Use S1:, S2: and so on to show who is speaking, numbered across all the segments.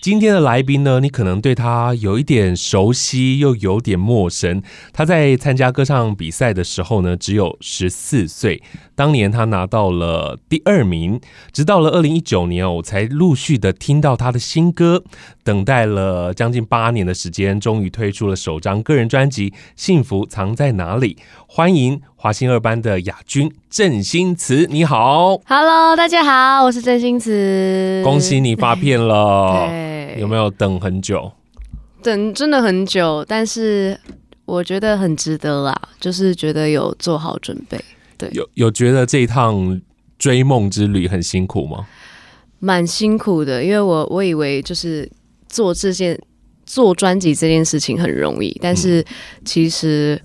S1: 今天的来宾呢，你可能对他有一点熟悉，又有点陌生。他在参加歌唱比赛的时候呢，只有十四岁，当年他拿到了第二名。直到了二零一九年哦，我才陆续的听到他的新歌，等待了将近八年的时间，终于推出了首张个人专辑《幸福藏在哪里》。欢迎华星二班的亚军郑欣慈，你好。
S2: Hello，大家好，我是郑欣慈。
S1: 恭喜你发片了，
S2: 嗯对，
S1: 有没有等很久？
S2: 等真的很久，但是我觉得很值得啦，就是觉得有做好准备，
S1: 有有觉得这一趟追梦之旅很辛苦吗？
S2: 蛮辛苦的，因为我我以为就是做这件做专辑这件事情很容易，但是
S1: 嗯
S2: 其实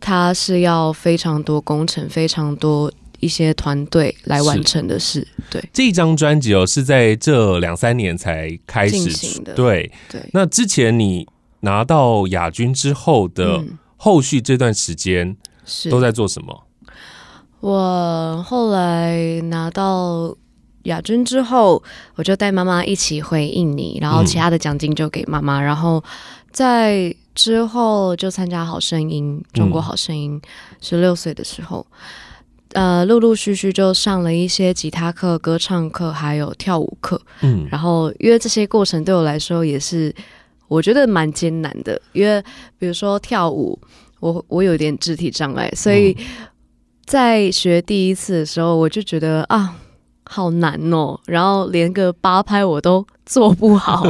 S2: 它是要非常多工程，非常多一些团队来完成的事，对
S1: 这一张专辑哦，是在这两三年才开始
S2: 进行的
S1: 对，
S2: 对。
S1: 那之前你拿到亚军之后的
S2: 嗯
S1: 后续这段时间
S2: 是
S1: 都在做什么？
S2: 我后来拿到亚军之后，我就带妈妈一起回印尼，然后
S1: 嗯
S2: 其他的奖金就给妈妈，然后在之后就参加《好声音》，中国
S1: 嗯
S2: 好声音，十六岁的时候。呃，陆陆续续就上了一些吉他课、歌唱课，还有跳舞课。
S1: 嗯，
S2: 然后，因为这些过程对我来说也是，我觉得蛮艰难的。因为比如说跳舞，我我有点肢体障碍，所以在学第一次的时候，我就觉得啊，好难哦。然后连个八拍我都做不好，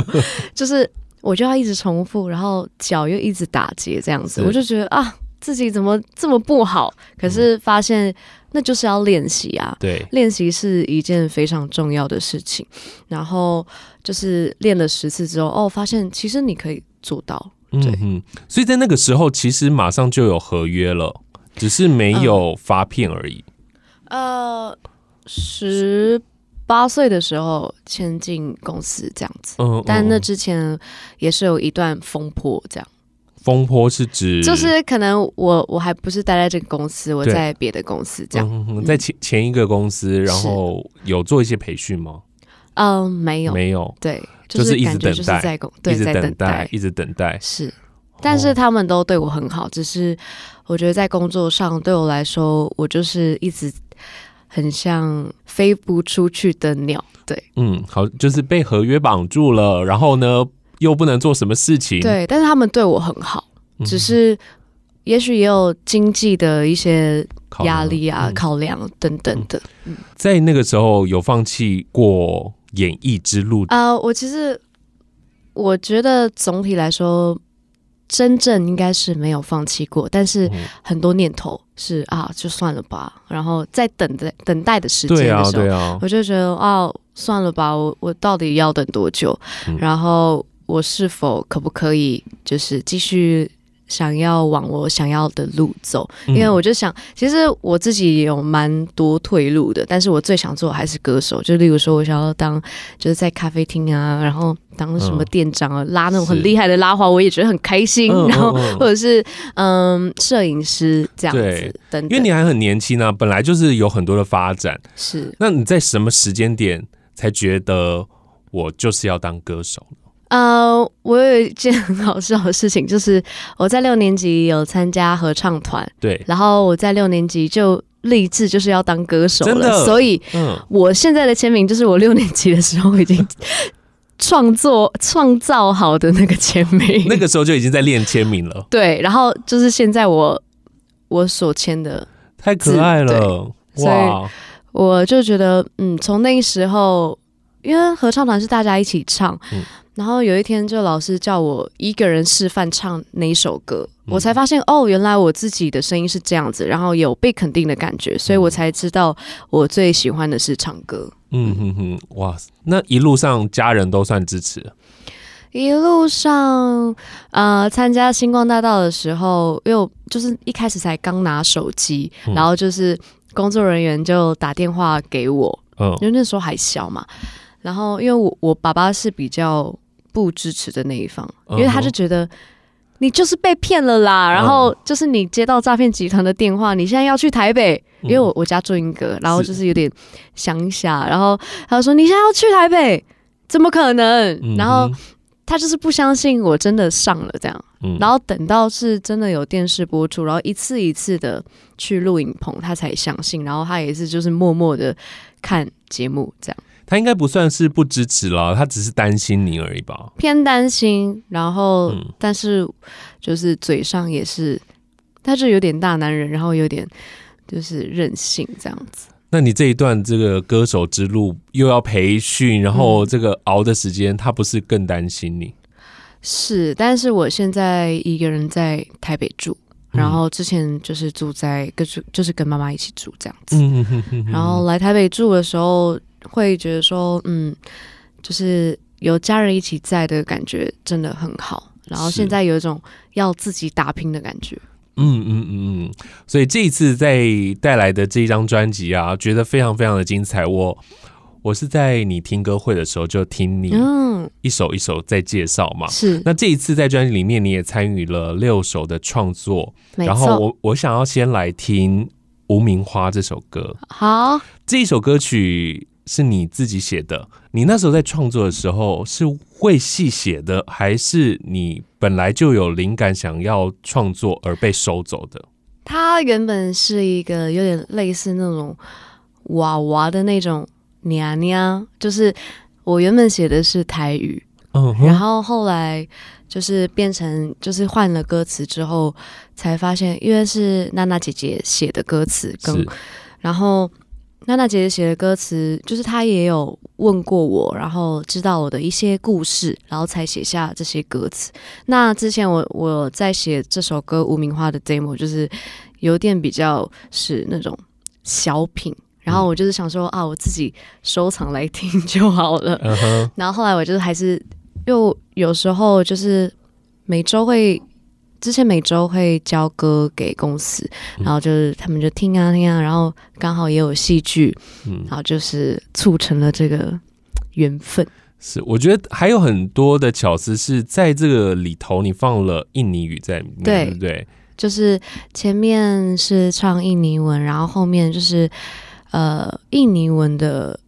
S2: 就是我就要一直重复，然后脚又一直打结这样子，
S1: 是
S2: 我就觉得啊，自己怎么这么不好？可是发现那就是要练习啊。
S1: 对，
S2: 练习是一件非常重要的事情，然后就是练了十次之后，哦，发现其实你可以做到，
S1: 嗯嗯，所以在那个时候其实马上就有合约了，只是没有发片而已。
S2: 呃，十八岁的时候签进公司这样子，
S1: 嗯，
S2: 但那
S1: 嗯
S2: 之前也是有一段风波，这样
S1: 风波是指
S2: 就是可能我我还不是待在这个公司，我
S1: 嗯对
S2: 在别的公司这样，
S1: 嗯哼哼在前前一个公司，然后有做一些培训吗？
S2: 嗯、没有，
S1: 哦没有，
S2: 对，
S1: 就是是一直
S2: 感觉就是
S1: 等待
S2: 在公，
S1: 一
S2: 对，
S1: 直
S2: 在
S1: 等
S2: 等待
S1: 待，，一直等待。
S2: 是，
S1: 哦
S2: 但是他们都对我很好，只是我觉得在工作上对我来说，我就是一直很像飞不出去的鸟。对
S1: 嗯，好，就是被合约绑住了，然后呢，又不能做什么事情。，
S2: 对，但是他们对我很好，
S1: 嗯
S2: 只是也许也有经济的一些
S1: 考量
S2: 压力啊、
S1: 嗯
S2: 考量等等的。
S1: 在那个时候有放弃过演艺之路。
S2: 啊，我其实我觉得总体来说，真正应该是没有放弃过，但是
S1: 嗯
S2: 很多念头是啊，就算了吧。然后在等的等待的时间
S1: 对啊
S2: 的，时候，
S1: 对啊，
S2: 我就觉得啊，算了吧，我我到底要等多久？
S1: 嗯
S2: 然后我是否可不可以就是继续？想要往我想要的路走，因为
S1: 嗯
S2: 我就想，其实我自己也有蛮多退路的，但是我最想做的还是歌手。就例如说，我想要当就是在咖啡厅啊，然后当什么
S1: 嗯
S2: 店长啊，拉那种很
S1: 是
S2: 厉害的拉花，我也觉得很开心。
S1: 嗯嗯
S2: 然后
S1: 嗯
S2: 或者是嗯，摄影师这样
S1: 对
S2: 子等等，
S1: 因为你还很年轻啊，本来就是有很多的发展。
S2: 是
S1: 那你在什么时间点才觉得我就是要当歌手？
S2: 呃，我有一件很好笑的事情，就是我在六年级有参加合唱团，
S1: 对，
S2: 然后我在六年级就立志就是要当歌手
S1: 真的
S2: 了，所以
S1: 嗯，
S2: 我现在的签名就是我六年级的时候已经 创作创造好的那个签名，
S1: 那个时候就已经在练签名了，
S2: 对，然后就是现在我我所签的，
S1: 太可爱了，
S2: 对所以
S1: 哇！
S2: 我就觉得嗯，从那时候，因为合唱团是大家一起唱，
S1: 嗯
S2: 然后有一天，就老师叫我一个人示范唱哪一首歌，
S1: 嗯
S2: 我才发现哦，原来我自己的声音是这样子，然后有被肯定的感觉，所以我才知道我最喜欢的是唱歌。
S1: 嗯哼哼，哇！那一路上家人都算支持，
S2: 一路上，呃，参加星光大道的时候，因为我就是一开始才刚拿手机，
S1: 嗯
S2: 然后就是工作人员就打电话给我，
S1: 嗯
S2: 因为那时候还小嘛。然后因为我我爸爸是比较不支持的那一方，
S1: 嗯哼嗯
S2: 因为他就觉得。你就是被骗了啦，然后就是你接到诈骗集团的电话，你现在要去台北，因
S1: 嗯
S2: 为我我家住英格，然后就是有点乡下，然后他就说你现在要去台北，怎么可能？
S1: 嗯
S2: 然后
S1: 哼，
S2: 他就是不相信我真的上了这样，
S1: 嗯
S2: 然后等到是真的有电视播出，然后一次一次的去录影棚，他才相信，然后他也是就是默默的看节目这样，
S1: 他应该不算是不支持啦，他只是担心你而已吧。
S2: 偏担心，然后、
S1: 嗯
S2: 但是就是嘴上也是，他就有点大男人，然后有点就是任性这样子，
S1: 那你这一段这个歌手之路又要培训，然后这个熬的时间，他不是更担心你？
S2: 是，但是我现在一个人在台北住，然后之前就是住在跟住就是跟妈妈一起住这样子，
S1: 嗯哼哼哼
S2: 然后来台北住的时候，会觉得说，嗯，就是有家人一起在的感觉真的很好。然后
S1: 是
S2: 现在有一种要自己打拼的感觉，
S1: 嗯嗯嗯嗯，所以这一次在带来的这一张专辑啊，觉得非常非常的精彩。我我是在你听歌会的时候就听你
S2: 嗯，
S1: 一首一首在介绍嘛。
S2: 是，
S1: 那这一次在专辑里面，你也参与了六首的创作，
S2: 没
S1: 然后
S2: 错，
S1: 我我想要先来听《无名花》这首歌。
S2: 好，
S1: 这一首歌曲是你自己写的，你那时候在创作的时候是会戏写的，还是你本来就有灵感想要创作而被收走的？
S2: 它原本是一个有点类似那种娃娃的那种娘娘，就是我原本写的是台语，
S1: 嗯
S2: 然后后来就是变成就是换了歌词之后，才发现因为是娜娜姐姐写的歌词，跟
S1: 是
S2: 然后娜娜姐姐写的歌词，就是她也有问过我，然后知道我的一些故事，然后才写下这些歌词。那之前我我在写这首歌《无名花》的 demo，就是有点比较是那种小品。然后我就是想说啊，我自己收藏来听就好了。
S1: 嗯哼，
S2: 然后后来我就是还是又有时候就是每周会，之前每周会交歌给公司，
S1: 嗯
S2: 然后就是他们就听啊听啊，然后刚好也有戏剧，
S1: 嗯，
S2: 然后就是促成了这个缘分。
S1: 是，我觉得还有很多的巧思是在这个里头，你放了印尼语在里面，
S2: 对
S1: 对不对？
S2: 就是前面是唱印尼文，然后后面就是呃印尼文的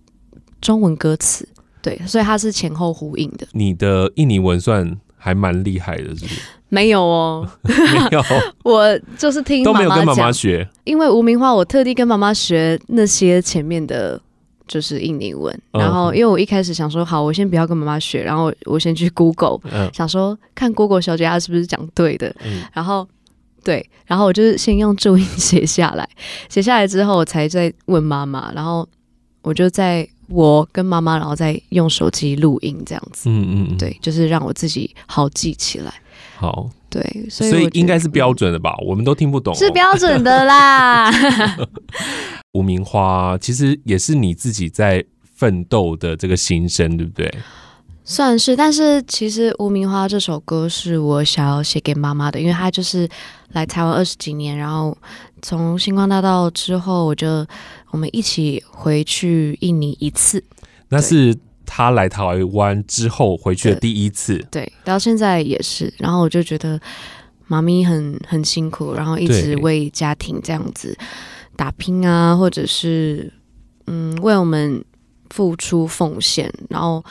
S2: 中文歌词，对，所以它是前后呼应的。
S1: 你的印尼文算还蛮厉害的，是 不是？
S2: 没有哦，
S1: 没有，
S2: 我就是听
S1: 都没有跟妈妈
S2: 讲
S1: 学。
S2: 因为无名花，我特地跟妈妈学那些前面的，就是印尼文。
S1: 嗯
S2: 然后，因为我一开始想说，好，我先不要跟妈妈学，然后我先去 Google，
S1: 嗯
S2: 想说看 Google 小姐她是不是讲对的。
S1: 嗯
S2: 然后，对，然后我就是先用注音写下来， 写下来之后，我才再问妈妈，然后我就在我跟妈妈，然后再用手机录音这样子。
S1: 嗯嗯嗯，，
S2: 对，就是让我自己好记起来。
S1: 好，
S2: 对，所
S1: 所
S2: 以
S1: 以
S2: 我觉
S1: 应该
S2: 得嗯
S1: 是标准的吧？我们都听不懂哦、
S2: 是标准的 啦。
S1: 无名花，其实也是你自己在奋斗的这个心声，对不对？
S2: 算是，但是其实《无名花》这首歌是我想要写给妈妈的，因为她就是来台湾二十几年，然后从星光大道之后，我就我们一起回去印尼一次，
S1: 那
S2: 对
S1: 是他来台湾之后回去的第一次，
S2: 对，到现在也是。然后我就觉得妈咪很很辛苦，然后一直
S1: 对
S2: 为家庭这样子打拼啊，或者是嗯为我们付出奉献。然后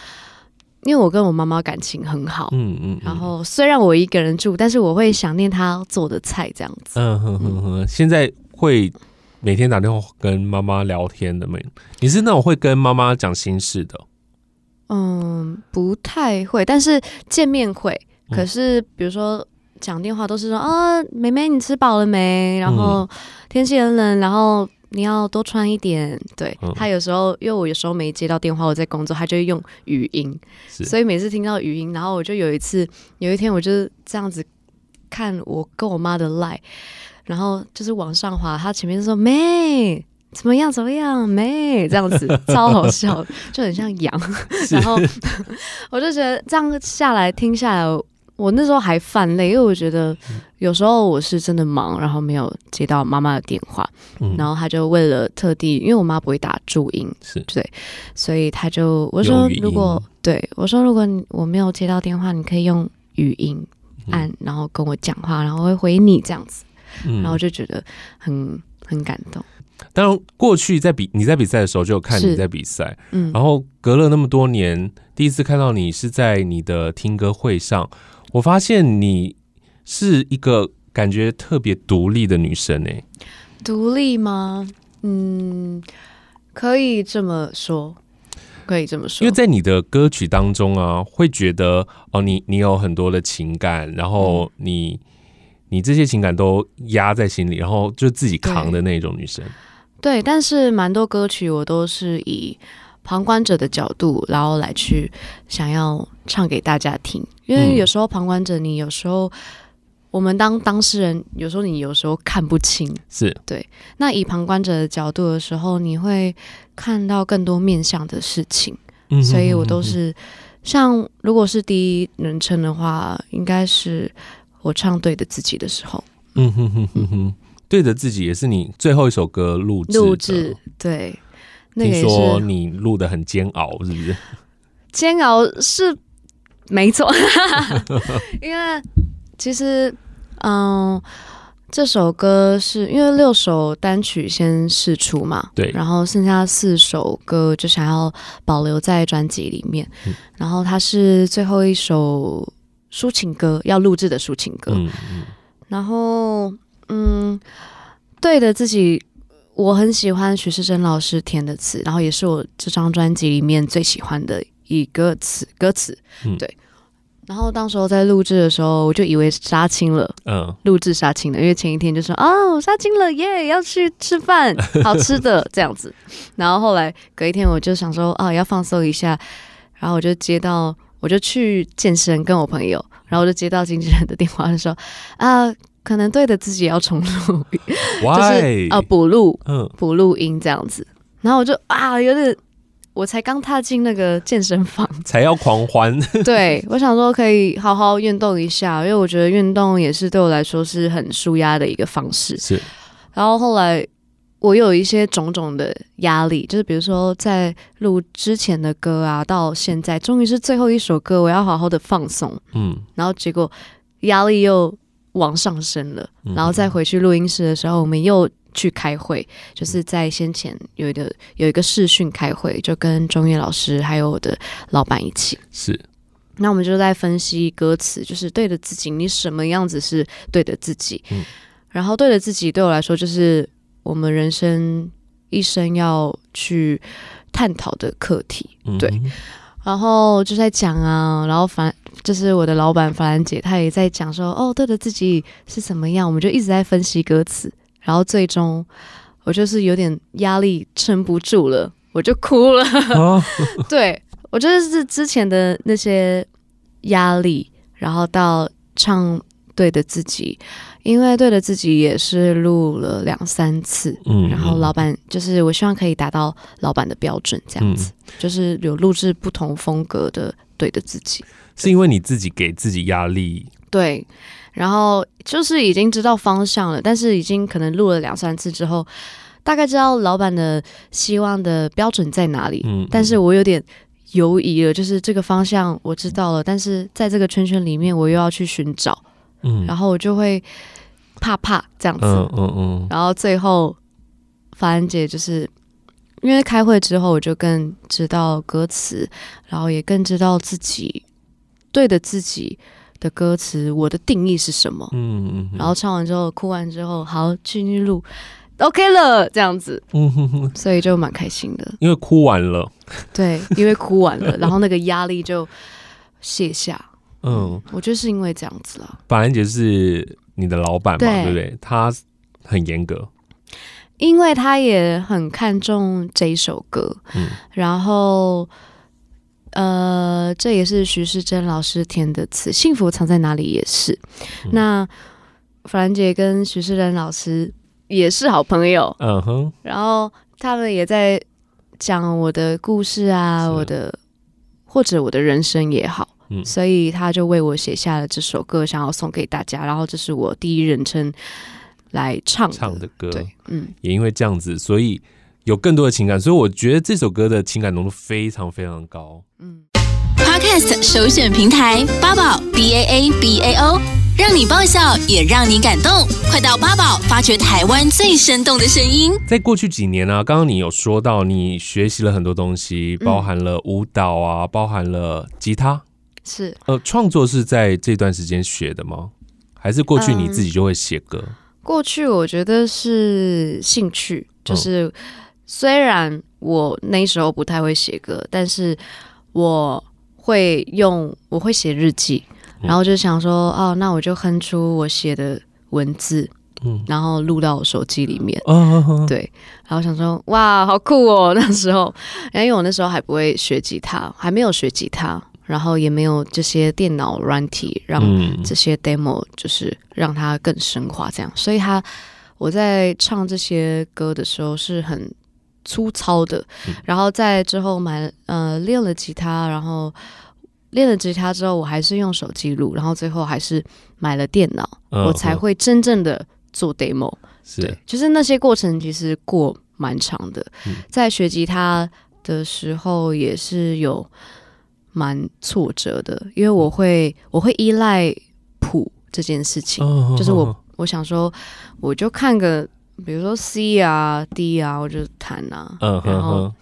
S2: 因为我跟我妈妈感情很好，
S1: 嗯嗯，嗯
S2: 然后虽然我一个人住，但是我会想念他做的菜这样子。
S1: 嗯哼哼哼，现在会每天打电话跟妈妈聊天的没？你是那种会跟妈妈讲心事的？哦
S2: 嗯，不太会，但是见面会。
S1: 嗯
S2: 可是比如说讲电话都是说啊，妹妹你吃饱了没？
S1: 嗯
S2: 然后天气很冷，然后。你要多穿一点，对、
S1: 嗯
S2: 他有时候，因为我有时候没接到电话，我在工作，他就会用语音，
S1: 是，
S2: 所以每次听到语音，然后我就有一次，有一天我就是这样子看我跟我妈的 line，然后就是往上滑，她前面就说妹怎么样怎么样妹这样子，超好 笑，就很像羊。然后我就觉得这样下来听下来，我那时候还犯累，因为我觉得有时候我是真的忙，然后没有接到妈妈的电话，
S1: 嗯
S2: 然后他就为了特地，因为我妈不会打注音，
S1: 是
S2: 所以他就我说
S1: 用语音
S2: 如果对我说如果你我没有接到电话，你可以用语音按，然后跟我讲话，然后会回你这样子，
S1: 嗯
S2: 然后就觉得很很感动，
S1: 当然，过去在比你在比赛的时候就有看
S2: 是
S1: 你在比赛，
S2: 嗯
S1: 然后隔了那么多年，第一次看到你是在你的听歌会上，我发现你是一个感觉特别独立的女生诶、
S2: 独立吗？嗯，可以这么说，可以这么说，
S1: 因为在你的歌曲当中啊，会觉得哦，你你有很多的情感，然后你、你这些情感都压在心里，然后就自己扛的那种女生，
S2: 对，但是蛮多歌曲我都是以旁观者的角度，然后来去想要唱给大家听，因为
S1: 嗯
S2: 有时候旁观者，你有时候我们当当事人，有时候你有时候看不清。
S1: 是
S2: 那以旁观者的角度的时候，你会看到更多面向的事情，
S1: 嗯
S2: 所以我都是像如果是第一人称的话，应该是我唱对的自己的时候
S1: 嗯哼哼哼哼，对着自己也是你最后一首歌录制的
S2: 录制，对，那个
S1: 听
S2: 也
S1: 说
S2: 是
S1: 你录的很煎熬，是不是？
S2: 煎熬是没错， 因为其实，嗯，这首歌是因为六首单曲先试出嘛，
S1: 对
S2: 然后剩下四首歌就想要保留在专辑里面，
S1: 嗯
S2: 然后它是最后一首抒情歌，要录制的抒情歌，
S1: 嗯嗯
S2: 然后，嗯，对的自己，我很喜欢许世珍老师填的词，然后也是我这张专辑里面最喜欢的一个词歌词。
S1: 嗯
S2: 对。然后当时候在录制的时候，我就以为杀青了，
S1: 嗯，
S2: 录制杀青了，因为前一天就说哦杀青了耶，要去吃饭，好吃的这样子。然后后来隔一天我就想说啊、要放松一下，然后我就接到我就去健身跟我朋友，然后我就接到经纪人的电话，就说啊、可能对的自己要重录，
S1: 哇、
S2: 就是啊、补录
S1: 嗯，
S2: 补录音这样子。然后我就啊有点。我才刚踏进那个健身房，
S1: 才要 狂欢，
S2: 对我想说可以好好运动一下，因为我觉得运动也是对我来说是很舒压的一个方式。
S1: 是
S2: 然后后来我有一些种种的压力，就是比如说在录之前的歌啊，到现在终于是最后一首歌，我要好好的放松，
S1: 嗯，
S2: 然后结果压力又往上升了，
S1: 嗯
S2: 然后再回去录音室的时候，我们又。去开会，就是在先前有一个有一个视讯开会，就跟钟岳老师还有我的老板一起。
S1: 是
S2: 那我们就在分析歌词，就是对的自己，你什么样子是对的自己。
S1: 嗯
S2: 然后对的自己对我来说，就是我们人生一生要去探讨的课题。
S1: 嗯
S2: 对然后就在讲啊，然后凡就是我的老板凡兰姐，她也在讲说，哦，对的自己是怎么样，我们就一直在分析歌词，然后最终我就是有点压力撑不住了，我就哭了。
S1: 啊，
S2: 对我觉得是之前的那些压力，然后到唱对的自己，因为对的自己也是录了两三次，
S1: 嗯，
S2: 然后老板就是我希望可以达到老板的标准，这样子、
S1: 嗯
S2: 就是有录制不同风格的对的自己，
S1: 是因为你自己给自己压力，
S2: 对。然后就是已经知道方向了，但是已经可能录了两三次之后，大概知道老板的希望的标准在哪里，
S1: 嗯，
S2: 但是我有点犹疑了，就是这个方向我知道了，但是在这个圈圈里面，我又要去寻找，
S1: 嗯
S2: 然后我就会怕怕这样子，
S1: 嗯嗯嗯，
S2: 然后最后法兰姐就是因为开会之后，我就更知道歌词，然后也更知道自己对的自己的歌词，我的定义是什么，
S1: 嗯嗯，
S2: 然后唱完之后哭完之后，好继续录，OK 了这样子，
S1: 嗯哼哼，
S2: 所以就蛮开心的。
S1: 因为哭完了，
S2: 对，因为哭完 了，然后那个压力就卸下。
S1: 嗯，
S2: 我觉得是因为这样子了，
S1: 法兰姐是你的老板嘛，
S2: 对
S1: 对不对？他很严格，
S2: 因为他也很看重这一首歌，
S1: 嗯
S2: 然后呃，这也是徐世珍老师填的词，《幸福藏在哪里》也是。
S1: 嗯
S2: 那法兰姐跟徐世珍老师也是好朋友，
S1: 嗯哼，
S2: 然后他们也在讲我的故事啊，
S1: 是
S2: 我的或者我的人生也好，
S1: 嗯
S2: 所以他就为我写下了这首歌，想要送给大家。然后这是我第一人称来唱的，
S1: 唱的歌，
S2: 对，嗯，
S1: 也因为这样子，所以有更多的情感，所以我觉得这首歌的情感浓度非常非常高。
S2: 嗯
S3: Podcast 首选平台八宝 B A A B A O，让你爆笑也让你感动，快到八宝发掘台湾最生动的声音。
S1: 在过去几年呢、啊刚刚你有说到你学习了很多东西，
S2: 嗯
S1: 包含了舞蹈啊，包含了吉他。
S2: 是
S1: 呃，创作是在这段时间学的吗？还是过去你自己就会写歌？
S2: 过去我觉得是兴趣，就
S1: 嗯
S2: 是虽然我那时候不太会写歌，但是我会用我会写日记，
S1: 嗯
S2: 然后就想说，哦，那我就哼出我写的文字，
S1: 嗯
S2: 然后录到我手机里面。
S1: 啊啊啊
S2: 嗯对，然后想说哇，好酷哦！ 那时候，因为我那时候还不会学吉他，还没有学吉他，然后也没有这些电脑软体让
S1: 嗯
S2: 这些 demo 就是让它更升华，这样。所以它我在唱这些歌的时候是很粗糙的，
S1: 嗯
S2: 然后在之后买呃练了吉他，然后练了吉他之后，我还是用手机录，然后最后还是买了电脑，
S1: 嗯
S2: 我才
S1: 嗯
S2: 会真正的做 demo。
S1: 是
S2: 对，就是那些过程其实过蛮长的，
S1: 嗯
S2: 在学吉他的时候也是有蛮挫折的，因为我会我会依赖谱这件事情，
S1: 嗯
S2: 就是
S1: 嗯嗯
S2: 我我想说我就看个比如说 C 啊 D 啊，我就弹啊，
S1: 嗯
S2: 然
S1: 哼
S2: 后
S1: 哼，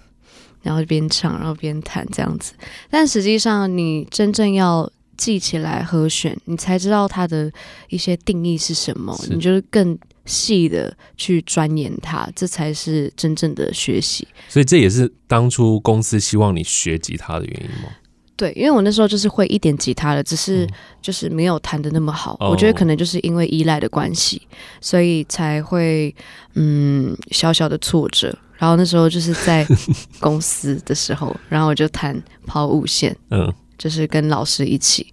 S2: 然后边唱然后边弹这样子，但实际上你真正要。记起来和弦，你才知道它的一些定义是什么，
S1: 是
S2: 你就是更细的去钻研它，这才是真正的学习。
S1: 所以这也是当初公司希望你学吉他的原因吗？
S2: 对，因为我那时候就是会一点吉他的，只是就是没有弹的那么好。我觉得
S1: 嗯哦
S2: 可能就是因为依赖的关系，所以才会嗯小小的挫折。然后那时候就是在公司的时候，然后我就弹抛物线，
S1: 嗯
S2: 就是跟老师一起，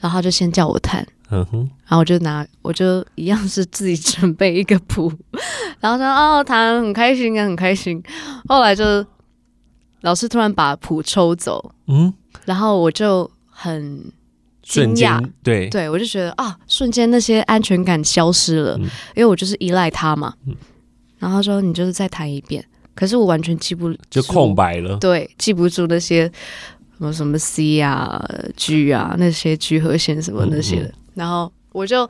S2: 然后他就先叫我弹，
S1: 嗯哼，
S2: 然后我就拿，我就一样是自己准备一个谱， 然后说哦，弹很开心啊，很开心。后来就老师突然把谱抽走，
S1: 嗯，
S2: 然后我就很
S1: 瞬
S2: 惊
S1: 间
S2: 讶
S1: 对
S2: 对我就觉得啊，瞬间那些安全感消失了，
S1: 嗯
S2: 因为我就是依赖他嘛。
S1: 嗯
S2: 然后他说你就是再弹一遍，可是我完全记不
S1: 就
S2: 住
S1: 空白了。
S2: 对，记不住那些什么什么 C 啊、G 啊那些 G 和弦什么那些的，
S1: 嗯
S2: 然后我就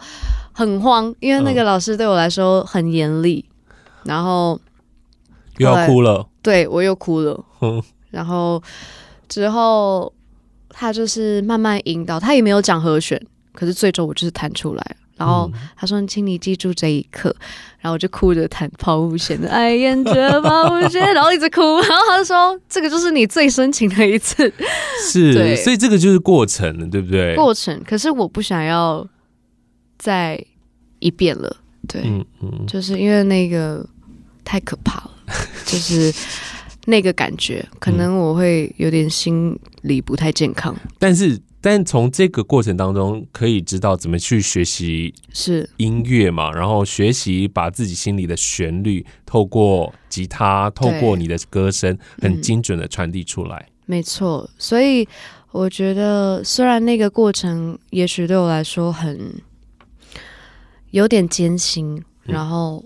S2: 很慌，因为那个老师对我来说很严厉，然后
S1: 又要哭了，嗯
S2: 对我又哭了，
S1: 哼
S2: 然后之后他就是慢慢引导，他也没有讲和弦，可是最终我就是弹出来了。然后他说：“请你记住这一刻。”然后我就哭着弹抛物线的爱沿着抛物线，然后一直哭。然后他就说：“这个就是你最深情的一次
S1: 是，
S2: 对
S1: 所以这个就是过程了，对不对？
S2: 过程。”可是我不想要再一遍了，对，
S1: 嗯嗯，
S2: 就是因为那个太可怕 了，就是那个感觉，可能我会有点心理不太健康。
S1: 但是但从这个过程当中可以知道怎么去学习
S2: 是
S1: 音乐嘛，然后学习把自己心里的旋律透过吉他，透过你的歌声，很精准的传递出来。
S2: 没错，所以我觉得，虽然那个过程也许对我来说很有点艰辛，
S1: 嗯
S2: 然后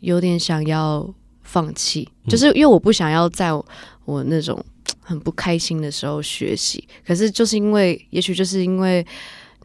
S2: 有点想要放弃，
S1: 嗯
S2: 就是因为我不想要在我我那种很不开心的时候学习。可是就是因为，也许就是因为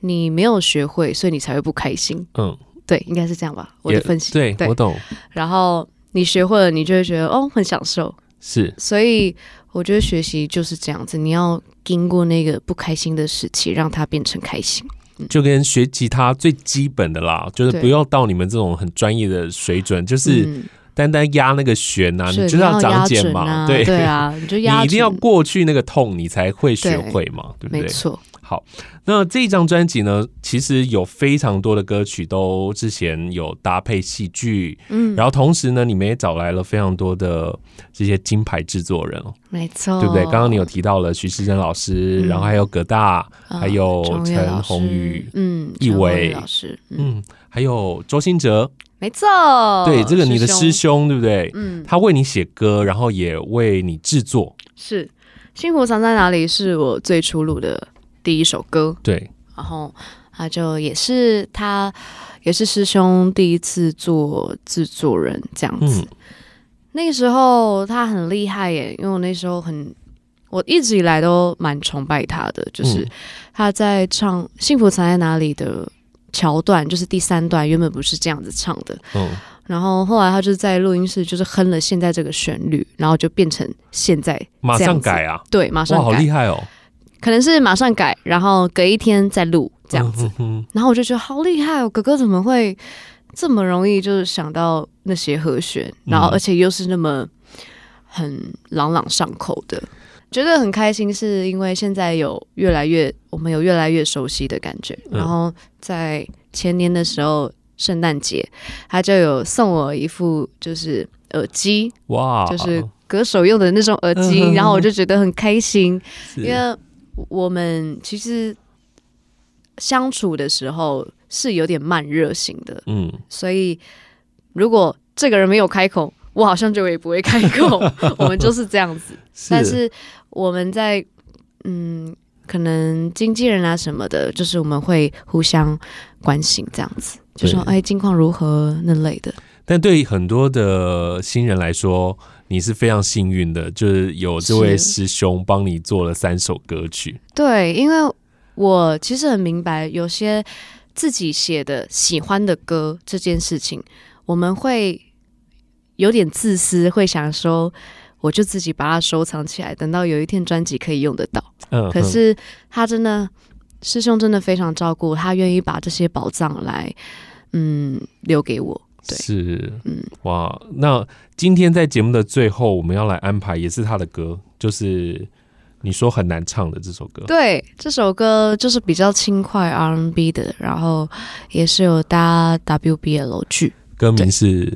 S2: 你没有学会，所以你才会不开心。
S1: 嗯，
S2: 对，应该是这样吧？我
S1: 也
S2: 的分析。
S1: 对我懂，
S2: 然后你学会了，你就会觉得哦，很享受。
S1: 是
S2: 所以我觉得学习就是这样子，你要经过那个不开心的时期，让它变成开心。
S1: 就跟学吉他最基本的啦，就是
S2: 嗯对
S1: 不要到你们这种很专业的水准，就是
S2: 嗯、
S1: 单单压那个弦呐、啊，
S2: 是
S1: 你就是
S2: 你
S1: 长
S2: 压
S1: 茧
S2: 准
S1: 嘛，
S2: 啊，
S1: 对
S2: 啊，你就
S1: 你
S2: 压准，
S1: 一定要过去那个痛，你才会学会嘛，对不
S2: 没
S1: 对？
S2: 错，
S1: 好，那这一张专辑呢，其实有非常多的歌曲都之前有搭配戏剧，
S2: 嗯，
S1: 然后同时呢，你们也找来了非常多的这些金牌制作人，哦、
S2: 没错，
S1: 对不对？刚刚你有提到了徐世珍老师，
S2: 嗯
S1: 然后还有葛大，
S2: 啊
S1: 还有
S2: 钟岳老
S1: 陈
S2: 师
S1: 鸿宇，
S2: 嗯，
S1: 易
S2: 陈鸿
S1: 伟
S2: 宇老师，嗯，
S1: 嗯，还有周兴哲，
S2: 没错，
S1: 对，这个你的师
S2: 师兄，
S1: 兄，对不对？
S2: 嗯，
S1: 他为你写歌，然后也为你制作，
S2: 是《幸福藏在哪里》是我最初录的第一首歌，
S1: 对，
S2: 然后他就也是他也是师兄第一次做制作人这样子。
S1: 嗯
S2: 那个时候他很厉害耶，因为我那时候很，我一直以来都蛮崇拜他的，就是
S1: 嗯
S2: 他在唱《幸福藏在哪里》的桥段，就是第三段原本不是这样子唱的，
S1: 嗯，
S2: 然后后来他就在录音室就是哼了现在这个旋律，然后就变成现在
S1: 马
S2: 这样
S1: 上
S2: 子
S1: 改啊，
S2: 对，马上
S1: 哇，好
S2: 改
S1: 厉，害哦，
S2: 可能是马上改，然后隔一天再录这样子。
S1: 嗯哼
S2: 然后我就觉得好厉害哦，哥哥怎么会这么容易就是想到那些和弦，然后而且又是那么很朗朗上口的，觉得很开心，是因为现在有越来越我们有越来越熟悉的感觉。
S1: 嗯
S2: 然后在前年的时候，圣诞节他就有送我一副就是耳机，
S1: 哼哇，
S2: 就是歌手用的那种耳机，
S1: 嗯哼
S2: 然后我就觉得很开心。
S1: 是
S2: 因为我们其实相处的时候是有点慢热型的，
S1: 嗯，
S2: 所以如果这个人没有开口，我好像就也不会开 口，我们就是这样子。但是我们在嗯，可能经纪人啊什么的，就是我们会互相关心这样子，就说
S1: 对
S2: 哎近况如何那类的。
S1: 但对很多的新人来说，你是非常幸运的，就是有这位师兄帮你做了三首歌曲。
S2: 对，因为我其实很明白，有些自己写的喜欢的歌这件事情，我们会有点自私，会想说，我就自己把它收藏起来，等到有一天专辑可以用得到。
S1: 嗯，
S2: 可是他真的，师兄真的非常照顾，他愿意把这些宝藏来，嗯，留给我。对
S1: 是，
S2: 嗯
S1: 哇，那今天在节目的最后，我们要来安排也是他的歌，就是你说很难唱的这首歌。
S2: 对，这首歌就是比较轻快 R&B 的，然后也是有搭 WBL 剧。
S1: 歌名是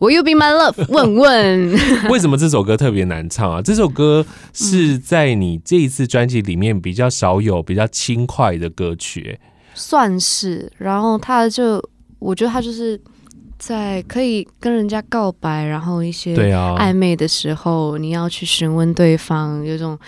S2: Will you be my love？问问。
S1: 为什么这首歌特别难唱啊？这首歌是在你这一次专辑里面比较少有、比较轻快的歌曲、
S2: 嗯算是，然后他就，我觉得他就是在可以跟人家告白，然后一
S1: 对
S2: 些
S1: 啊，
S2: 暧昧的时候，你要去询问对方，有种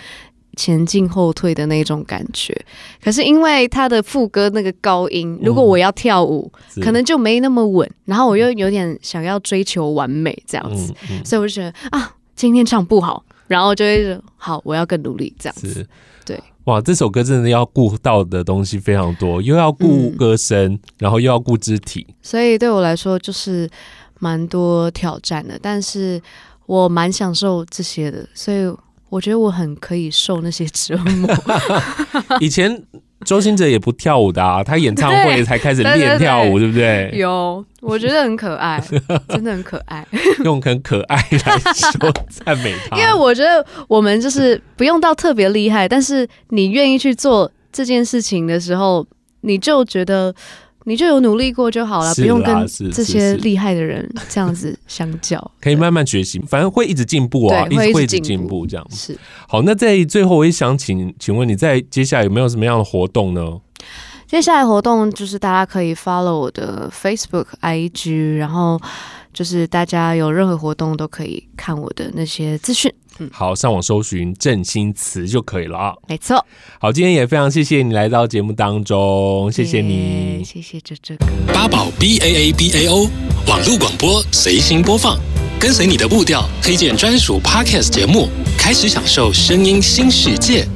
S2: 前进后退的那种感觉。可是因为他的副歌那个高音，如果我要跳舞，
S1: 是
S2: 可能就没那么稳，然后我又有点想要追求完美这样子，
S1: 嗯
S2: 所以我就觉得啊，今天唱不好，然后就会觉得好，我要更努力这样子。
S1: 是，
S2: 对。
S1: 哇，这首歌真的要顾到的东西非常多，又要顾
S2: 嗯
S1: 歌声，然后又要顾肢体。
S2: 所以对我来说就是蛮多挑战的，但是我蛮享受这些的，所以我觉得我很可以受那些 折磨。
S1: 以前周兴哲也不跳舞的啊，他演唱会
S2: 对
S1: 才开始
S2: 对对
S1: 练
S2: 对
S1: 跳舞，对不对？
S2: 有，我觉得很可爱，真的很可爱，
S1: 用很可爱来说赞美他，
S2: 因为我觉得我们就是不用到特别厉害，但是你愿意去做这件事情的时候，你就觉得。你就有努力过就好了，
S1: 是
S2: 不用
S1: 啦
S2: 跟
S1: 是
S2: 这
S1: 是
S2: 些
S1: 是
S2: 厉害的人这样子相较。
S1: 可以慢慢学习，反正会一直进步啊，
S2: 对会一
S1: 一直
S2: 直
S1: 会一直
S2: 进
S1: 进
S2: 步
S1: 步这样。
S2: 是，
S1: 好，那在最后，我也想请，请问你在接下来有没有什么样的活动呢？
S2: 接下来活动就是大家可以 follow 我的 Facebook、IG，然后就是大家有任何活动都可以看我的那些资讯。
S1: 好，上网搜寻振兴词就可以了啊。
S2: 没错，
S1: 好，今天也非常谢谢你来到节目当中，谢谢你
S2: 耶。谢谢哲哲。
S4: 八宝 B A A B A O 网络广播随心播放，跟随你的步调，推荐专属 Podcast 节目，开始享受声音新世界。